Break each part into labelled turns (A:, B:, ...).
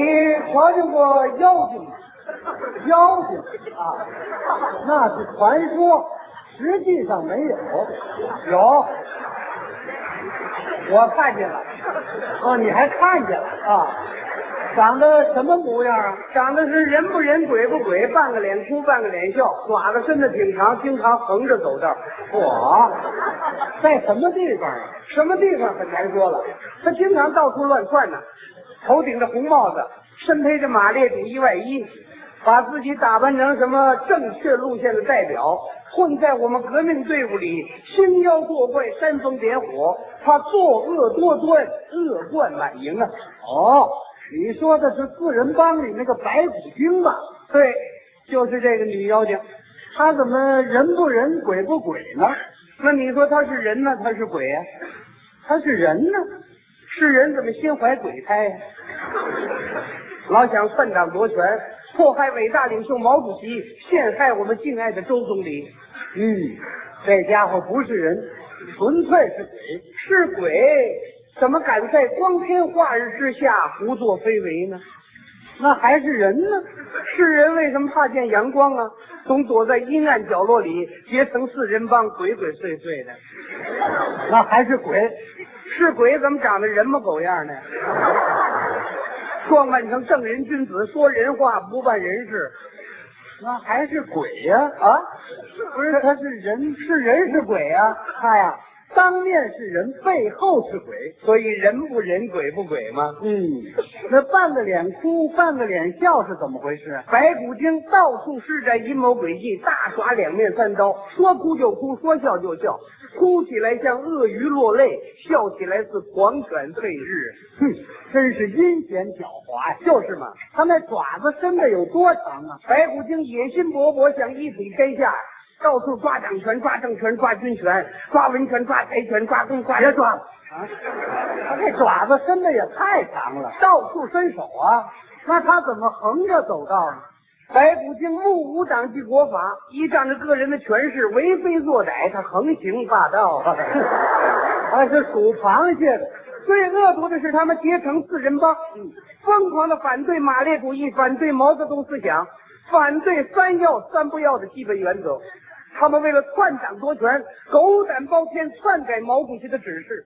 A: 传过妖精吗？
B: 妖精
A: 啊，
B: 那是传说，实际上没有。
A: 有，我看见了。
B: 哦，你还看见了？
A: 啊，
B: 长得什么模样啊？
A: 长得是人不人鬼不鬼，半个脸哭半个脸笑，爪子伸的挺长，经常横着走道。
B: 我在什么地方啊？
A: 什么地方很难说了，他经常到处乱窜呢、头顶着红帽子，身披着马列主义外衣，把自己打扮成什么正确路线的代表，混在我们革命队伍里，兴妖作怪，煽风点火，他作恶多端，恶贯满盈啊！
B: 哦，你说的是四人帮里那个白骨精吧？
A: 对，就是这个女妖精。
B: 他怎么人不人鬼不鬼呢？
A: 那你说她是人呢，她是鬼啊呀、
B: 他是人呢？
A: 是人怎么心怀鬼胎啊呀、老想篡党夺权，迫害伟大领袖毛主席，陷害我们敬爱的周总理，
B: 嗯，这家伙不是人，纯粹是鬼。
A: 是鬼，怎么敢在光天化日之下胡作非为呢？
B: 那还是人呢？
A: 世人为什么怕见阳光啊？总躲在阴暗角落里，结成四人帮，鬼鬼祟祟的。
B: 那还是鬼。
A: 是鬼怎么长得人模狗样的？装扮成正人君子，说人话不办人事
B: 那还是鬼呀、
A: 啊！
B: 不是，他是人，是人是鬼呀、
A: 哎
B: 他呀，当面是人，背后是鬼。
A: 所以人不人，鬼不鬼嘛。
B: 嗯，那半个脸哭，半个脸笑是怎么回事？啊
A: 白骨精到处施展阴谋诡计，大耍两面三刀，说哭就哭，说笑就笑，哭起来像鳄鱼落泪，笑起来似狂犬吠日，
B: 哼，真是阴险狡猾呀！
A: 就是嘛。
B: 他那爪子伸的有多长啊？
A: 白骨精野心勃勃，想一统天下，到处抓掌权、抓政权、抓军权、抓文权、抓财权、抓公、抓
B: 别抓了啊！他这爪子伸的也太长了，
A: 到处伸手啊！
B: 那他怎么横着走道呢？
A: 白骨精目无党纪国法，依仗着个人的权势为非作歹，他横行霸道啊！
B: 还是属螃蟹的。
A: 最恶毒的是，他们结成四人帮，嗯疯狂的反对马列主义，反对毛泽东思想，反对“三要三不要”的基本原则。他们为了篡党夺权，狗胆包天，篡改毛主席的指示。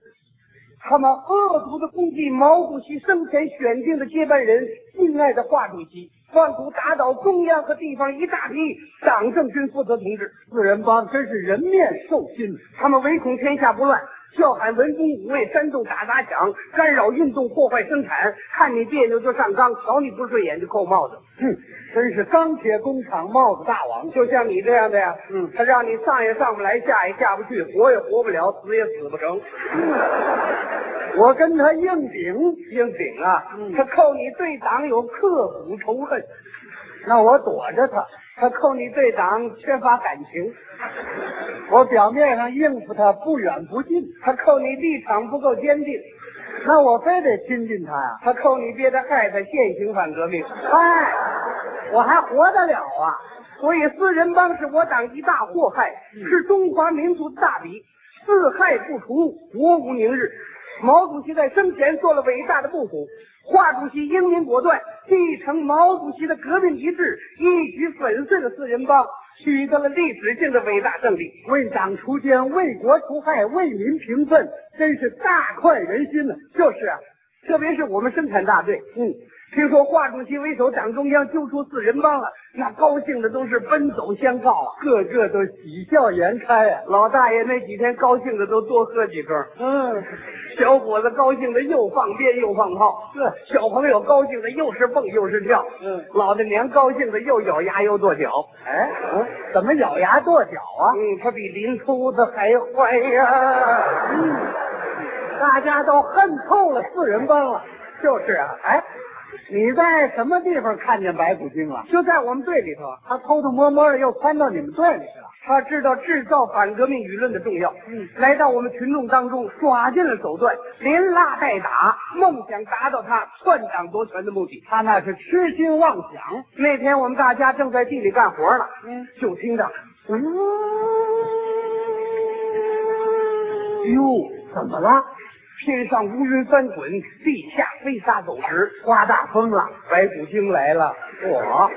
A: 他们恶毒的攻击毛主席生前选定的接班人敬爱的华主席，妄图打倒中央和地方一大批党政军负责同志。
B: 四人帮真是人面兽心。
A: 他们唯恐天下不乱，叫喊文工武卫，煽动打砸抢，干扰运动，破坏生产，看你别扭就上纲，瞧你不顺眼就扣帽子。
B: 哼，真是钢铁工厂帽子大王。
A: 就像你这样的呀，
B: 嗯
A: 他让你上也上不来，下也下不去，活也活不了，死也死不成，
B: 我跟他硬顶，
A: 硬顶啊！
B: 嗯
A: 他扣你对党有刻骨仇恨，
B: 那我躲着他，
A: 他扣你对党缺乏感情，
B: 我表面上应付他，不远不近。
A: 他扣你立场不够坚定，
B: 那我非得亲近他呀、
A: 他扣你憋着害他，现行反革命。
B: 嗨，我还活得了啊？
A: 所以四人帮是我党一大祸害，是中华民族的大敌，四害不除，国无宁日。毛主席在生前做了伟大的部署，华主席英明果断，继承毛主席的革命遗志，一举粉碎了四人帮，取得了历史性的伟大胜利。
B: 为党除奸，为国除害，为民平愤，真是大快人心呐、
A: 就是啊，特别是我们生产大队，嗯，听说华主席为首党中央揪出四人帮了，那高兴的都是奔走相告啊。
B: 个个都喜笑颜开啊呀、
A: 老大爷那几天高兴的都多喝几盅。
B: 嗯，
A: 小伙子高兴的又放鞭又放炮，
B: 是
A: 小朋友高兴的又是蹦又是跳，
B: 嗯
A: 老的娘高兴的又咬牙又跺脚，
B: 哎，嗯怎么咬牙跺脚啊？
A: 嗯，他比林秃子还坏呀、
B: 大家都恨透了四人帮了。
A: 就是啊，
B: 哎，你在什么地方看见白骨精了？
A: 就在我们队里头啊，
B: 他偷偷摸摸的又窜到你们队里去了。
A: 他知道制造反革命舆论的重要，
B: 嗯，
A: 来到我们群众当中，耍尽了手段，连拉带打，梦想达到他篡党夺权的目的。
B: 他那是痴心妄想。
A: 那天我们大家正在地里干活呢，
B: 嗯，
A: 就听着，
B: 哟，怎么了？
A: 天上乌云翻滚，地下飞沙走石，刮大风了，白骨精来了，我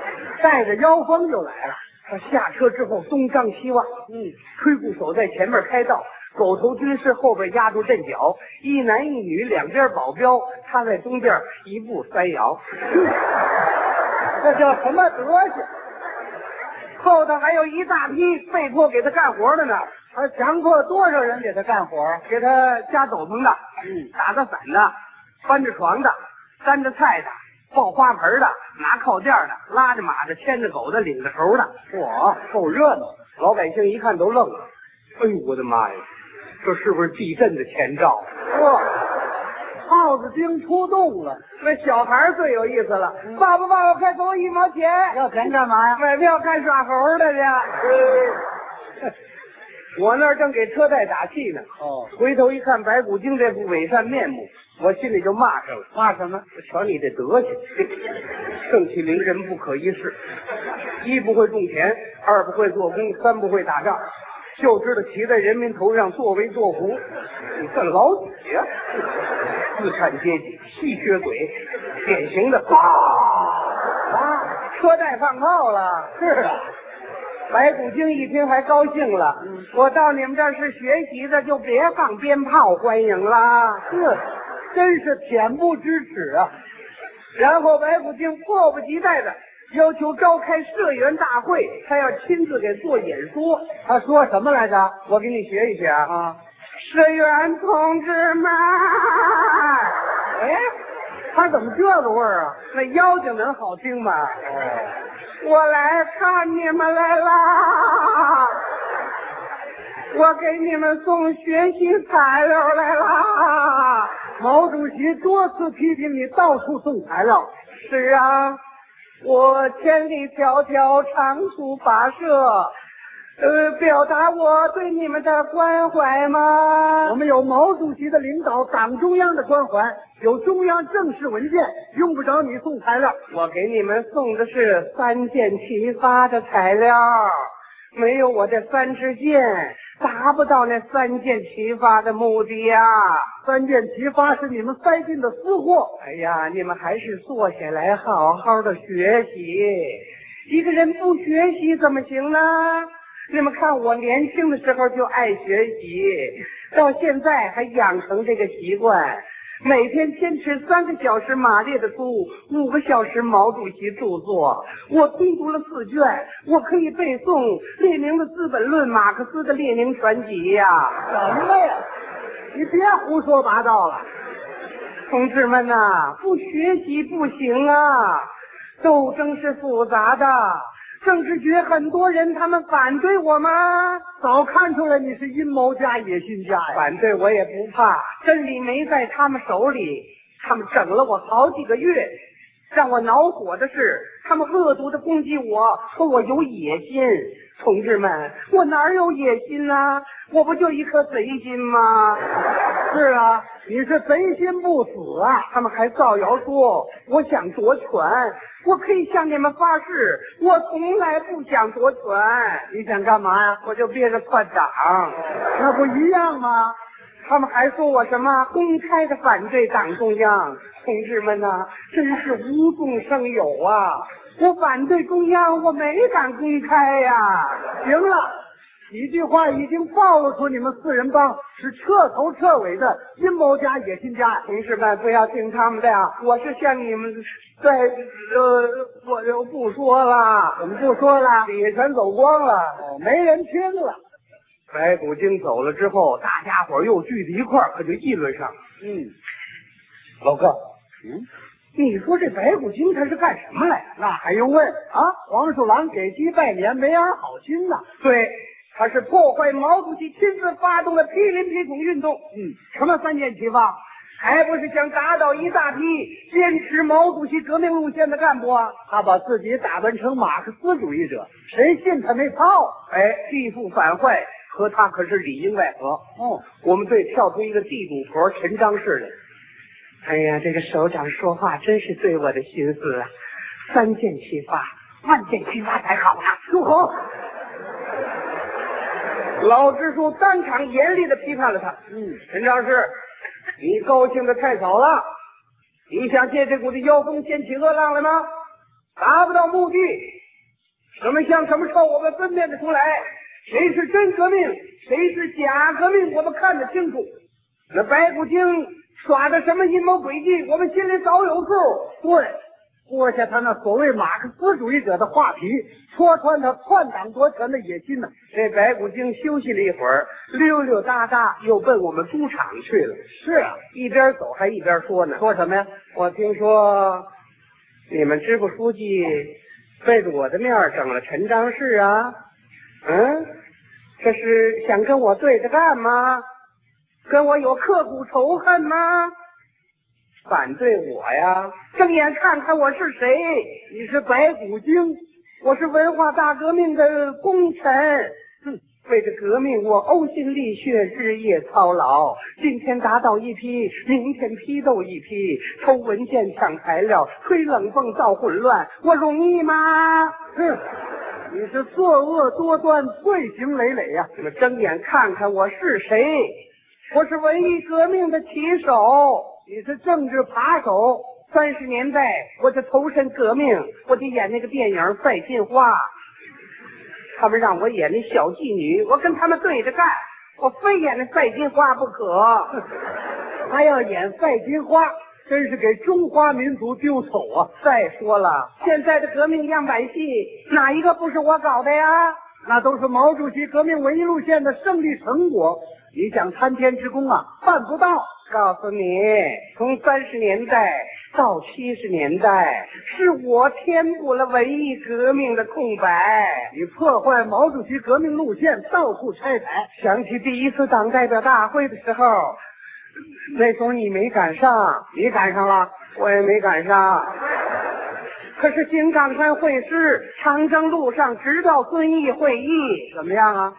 A: 带着妖风就来了。他下车之后东张西望，嗯，推鼓手在前面开道，狗头军是后边压住阵脚，一男一女两边保镖，他在中间一步三摇，
B: 这叫什么德行？
A: 后头还有一大批被迫给他干活的呢，
B: 他强迫多少人给他干活？
A: 给他夹斗篷的，
B: 嗯，
A: 打着伞的，搬着床的，担着菜的，抱花盆的，拿靠垫的，拉着马的，牵着狗的，领着头的，
B: 我够热闹。
A: 老百姓一看都愣了。哎呦我的妈呀，这是不是地震的前兆？
B: 哇，耗子精出动了，
A: 那小孩儿最有意思了，爸爸爸爸，快给我一毛钱！
B: 要钱干嘛呀？
A: 买票看耍猴的去。 我那儿正给车贷打气呢，
B: 哦，
A: 回头一看白骨精这副伪善面目，我心里就骂上了。
B: 骂什么？
A: 我瞧你这德行， 盛气凌人，不可一世。一不会种田，二不会做工，三不会打仗，就知道骑在人民头上作威作福。你算老几呀、资产阶级吸血鬼，典型的
B: 啊，
A: 车贷放炮了。
B: 是啊，
A: 白骨精一听还高兴了，
B: 嗯
A: 我到你们这儿是学习的，就别放鞭炮欢迎啦。
B: 是，真是恬不知耻啊！
A: 然后白骨精迫不及待的要求召开社员大会，他要亲自给做演说。
B: 他说什么来着？
A: 我给你学一学啊，
B: 啊，
A: 社员同志们，
B: 哎，他怎么这个味儿啊？
A: 那妖精能好听吗？
B: 哦，
A: 我来看你们来啦！我给你们送学习材料来啦！
B: 毛主席多次批评你到处送材料，
A: 是啊，我千里迢迢长途跋涉，呃，表达我对你们的关怀
B: 我
A: 吗？
B: 们有毛主席的领导，党中央的关怀，有中央正式文件，用不着你送材料。
A: 我给你们送的是三箭齐发的材料，没有我这三支箭，达不到那三箭齐发的目的呀、
B: 三箭齐发是你们塞进的私货。
A: 哎呀，你们还是坐下来好好的学习。一个人不学习怎么行呢？你们看我年轻的时候就爱学习，到现在还养成这个习惯，每天坚持三个小时马列的书，五个小时毛主席著作。我通读了四卷，我可以背诵列宁的《资本论》、马克思的《列宁传奇》呀、
B: 什么呀？你别胡说八道了。
A: 同志们呐、不学习不行啊！斗争是复杂的，政治局很多人他们反对我吗？
B: 早看出来你是阴谋家、野心家呀！
A: 反对我也不怕，真理没在他们手里，他们整了我好几个月。让我恼火的是，他们恶毒的攻击我，说我有野心。同志们，我哪有野心呢、我不就一颗贼心吗？
B: 是啊，你是贼心不死啊！
A: 他们还造谣说我想夺权，我可以向你们发誓，我从来不想夺权，
B: 你想干嘛呀？
A: 我就憋着篡党。
B: 那不一样吗？
A: 他们还说我什么公开的反对党中央，同志们呐、真是无中生有啊！我反对中央，我没敢公开呀、
B: 行了，你这话已经暴露出你们四人帮是彻头彻尾的阴谋家、野心家。
A: 同志们，不要听他们的呀！我是向你们在呃，我就不说了，
B: 我们不说了，
A: 底下全走光了。
B: 哦，没人听了。
A: 白骨精走了之后，大家伙又聚在一块儿，可就议论上了。
B: 嗯
A: 老哥，
B: 嗯，
A: 你说这白骨精他是干什么来的？
B: 那还用问啊？黄鼠狼给鸡拜年，没安好心呐。
A: 对，他是破坏毛主席亲自发动的批林批孔运动。
B: 嗯，
A: 什么三箭齐发，还不是想打倒一大批坚持毛主席革命路线的干部啊？
B: 他把自己打扮成马克思主义者，谁信他那套？
A: 哎，地富反坏和他可是里应外合。
B: 哦，
A: 我们队跳出一个地主婆陈章氏来。哎呀，这个首长说话真是对我的心思啊！三箭齐发，万箭齐发才好呢。
B: 住口！
A: 老支书当场严厉的批判了他。
B: 嗯，
A: 陈章氏，你高兴的太早了，你想借这股子妖风掀起恶浪来吗？达不到目的，什么香什么臭，我们分辨得出来，谁是真革命，谁是假革命，我们看得清楚。那白骨精耍的什么阴谋诡计，我们心里早有数。
B: 对，脱下他那所谓马克思主义者的画皮，戳穿他篡党夺权的野心呢、
A: 这白骨精休息了一会儿，溜溜达达又奔我们猪场去了。
B: 是啊，
A: 一边走还一边说呢：“
B: 说什么呀？
A: 我听说你们支部书记背着我的面儿整了陈章事啊，嗯，这是想跟我对着干吗？跟我有刻骨仇恨吗？反对我呀！睁眼看看我是谁！你是白骨精，我是文化大革命的功臣。哼，为了革命，我呕心沥血，日夜操劳。今天打倒一批，明天批斗一批，抽文件、抢材料、吹冷风、造混乱，我容易吗？
B: 哼，你是作恶多端，罪行累累呀、
A: 你们睁眼看看我是谁！啊我是文艺革命的旗手，
B: 你是政治扒手，
A: 三十年代我就投身革命，我就演那个电影《赛金花》，他们让我演那小妓女，我跟他们对着干，我非演那赛金花不 可。
B: 还要演赛金花，真是给中华民族丢丑啊！
A: 再说了，现在的革命样板戏哪一个不是我搞的呀？
B: 那都是毛主席革命文艺路线的胜利成果，你想参天之功啊，办不到。
A: 告诉你，从三十年代到七十年代，是我填补了文艺革命的空白。
B: 你破坏毛主席革命路线，到处拆台。
A: 想起第一次党代表大会的时候，那时候你没啊赶上，
B: 你啊赶上了，
A: 我也没赶上。可是井冈山会师、长征路上，直到遵义会议，
B: 怎么样啊？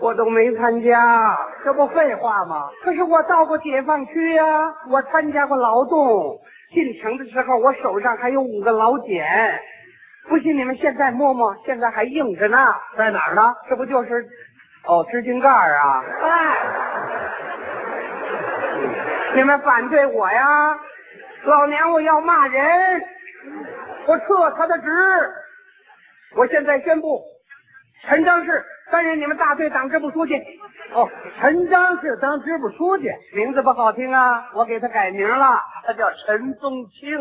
A: 我都没参加。
B: 这不废话吗？
A: 可是我到过解放区呀、我参加过劳动。进城的时候，我手上还有五个老茧。不信你们现在摸摸，现在还硬着呢。
B: 在哪儿呢？
A: 这不就是，哦，织巾盖儿啊！
B: 哎，
A: 你们反对我呀？老娘我要骂人，我撤他的职。我现在宣布，陈章事担任你们大队党支部书记。
B: 哦，陈章是当支部书记，
A: 名字不好听啊，我给他改名了，他叫陈宗清。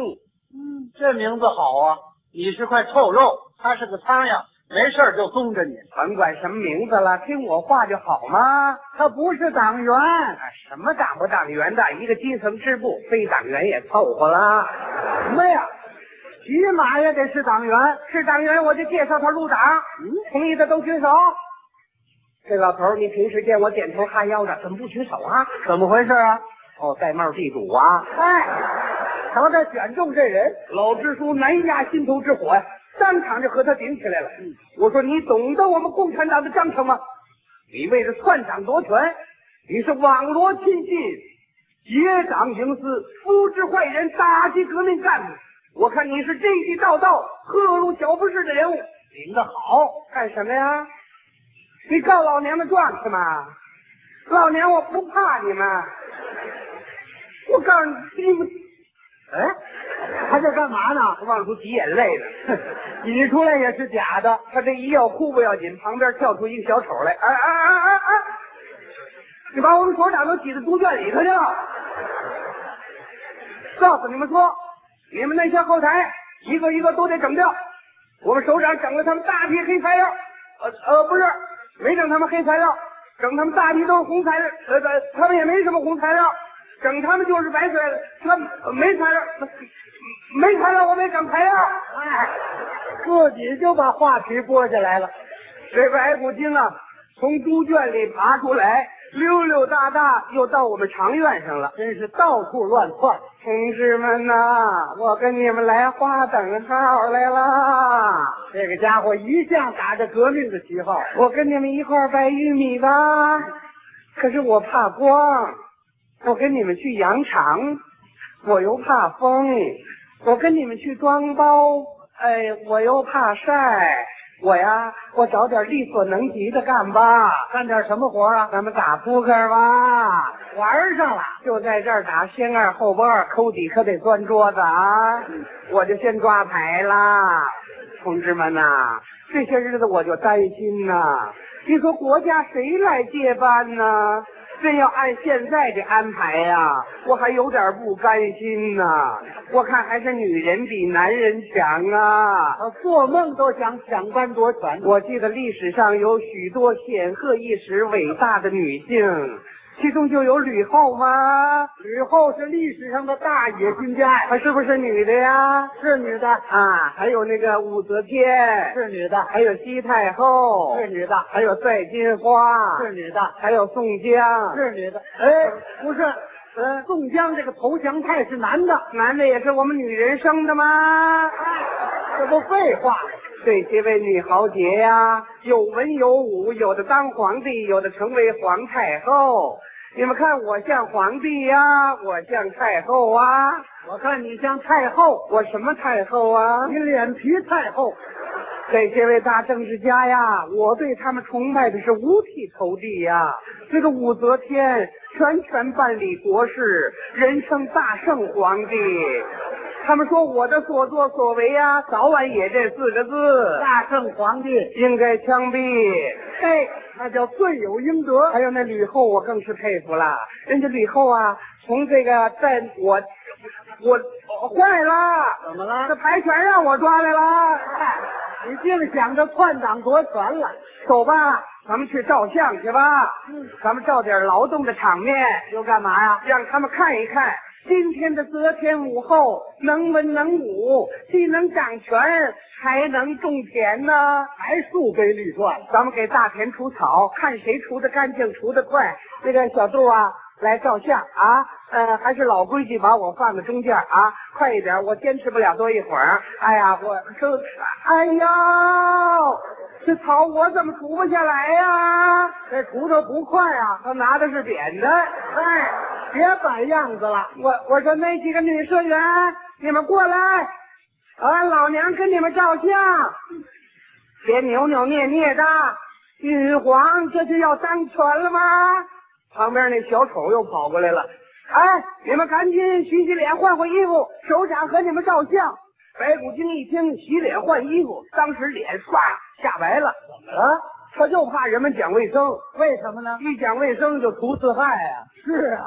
B: 嗯，这名字好啊。你是块臭肉，他是个苍蝇，没事儿就踪着你。
A: 甭管什么名字了，听我话就好吗？
B: 他不是党员，
A: 啊，什么党不党员的，一个基层支部，非党员也凑合啦。
B: 什么呀？起码也得是党员。
A: 是党员我就介绍他入党，
B: 嗯
A: 同意的都举手。这老头儿，你平时见我点头哈腰的，怎么不举手啊？
B: 怎么回事啊？
A: 哦，戴帽地主啊！
B: 哎，瞧这选中这人，
A: 老支书难压心头之火呀，当场就和他顶起来了。我说你懂得我们共产党的章程吗？你为了篡党夺权，你是网罗亲信，结党营私，扶植坏人，打击革命干部。我看你是地地道道赫鲁晓夫式的人物，
B: 领的好。
A: 干什么呀？你告老娘的状是吗？老娘我不怕你们，我告诉你，你们
B: 哎，他这干嘛呢？
A: 往出滴眼泪 了。
B: 挤出来也是假的。
A: 他这一要哭不要紧，旁边跳出一个小丑来，哎哎哎哎哎，你把我们所长都挤到猪圈里头去了！告诉你们说，你们那些后台一个一个都得整掉。我们首长整了他们大批黑材料，呃呃，不是，没整他们黑材料，整他们大批都是红材料，呃，呃他们也没什么红材料，整他们就是白水了，他们呃没材料，没材料我没整材料。
B: 哎，自己就把话题拨下来了。
A: 这白骨精啊，从猪圈里爬出来，溜溜达达又到我们长院上了。
B: 真是到处乱窜。
A: 同志们呐、我跟你们来画等号来啦！
B: 这个家伙一向打着革命的旗号，
A: 我跟你们一块儿掰玉米吧。可是我怕光，我跟你们去羊场，我又怕哦哎风，我跟你们去装包，哎，我又怕晒，我呀，我找点力所能及的干吧，
B: 干点什么活啊？
A: 咱们打扑克吧，
B: 玩上了，
A: 就在这儿打，先二后不二，扣底可得钻桌子啊！我就先抓牌啦，同志们呐、这些日子我就担心呐、你说国家谁来接班呢？真要按现在的安排呀、我还有点不甘心呐、我看还是女人比男人强啊。
B: 呃做梦都想想班夺权。
A: 我记得历史上有许多显赫一时、伟大的女性，其中就有吕后吗？
B: 吕后是历史上的大野心家呀，
A: 她是不是女的呀？
B: 是女的，
A: 啊，还有那个武则天，
B: 是女的，
A: 还有西太后，
B: 是女的，
A: 还有赛金花，
B: 是女的，
A: 还有宋江，
B: 是女的。哎，不是，呃，宋江这个投降派是男的，
A: 男的也是我们女人生的吗？
B: 这不废话吗？
A: 这些位女豪杰呀、有文有武，有的当皇帝，有的成为皇太后。你们看我像皇帝呀、我像太后啊，
B: 我看你像太后，
A: 我什么太后啊
B: 你？脸皮太厚，
A: 这些位大政治家呀，我对他们崇拜的是五体投地呀。这个武则天全权办理国事，人称大圣皇帝。他们说我的所作所为呀，早晚也这四个字，
B: 大圣皇帝，
A: 应该枪毙。
B: 哎，那叫罪有应得。
A: 还有那吕后，我更是佩服了。人家吕后啊，从这个在我我我坏了，
B: 怎么
A: 这？牌全让我抓来了。
B: 你净想着篡党夺权了，
A: 走吧，咱们去照相去吧。嗯，咱们照点劳动的场面，
B: 又干嘛呀？
A: 让他们看一看今天的则天武后能文能武，既能掌权，还能种田呢。
B: 还树碑立传。
A: 咱们给大田除草，看谁除的干净，除的快。那个小杜啊，来照相啊。呃，还是老规矩，把我放在中间啊，快一点，我坚持不了多一会儿。哎呀，我这，哎呦，这草我怎么除不下来呀、
B: 这锄头不快啊！
A: 他拿的是扁的。
B: 哎，别摆样子了，
A: 我我说那几个女社员，你们过来，啊，老娘跟你们照相，别扭扭捏捏的。女皇这就要当权了吗？旁边那小丑又跑过来了，哎，你们赶紧洗洗脸，换换衣服，首长和你们照相。白骨精一听洗脸换衣服，当时脸唰吓白了啊！他就怕人们讲卫生，
B: 为什么呢？
A: 一讲卫生就除四害啊。
B: 是啊，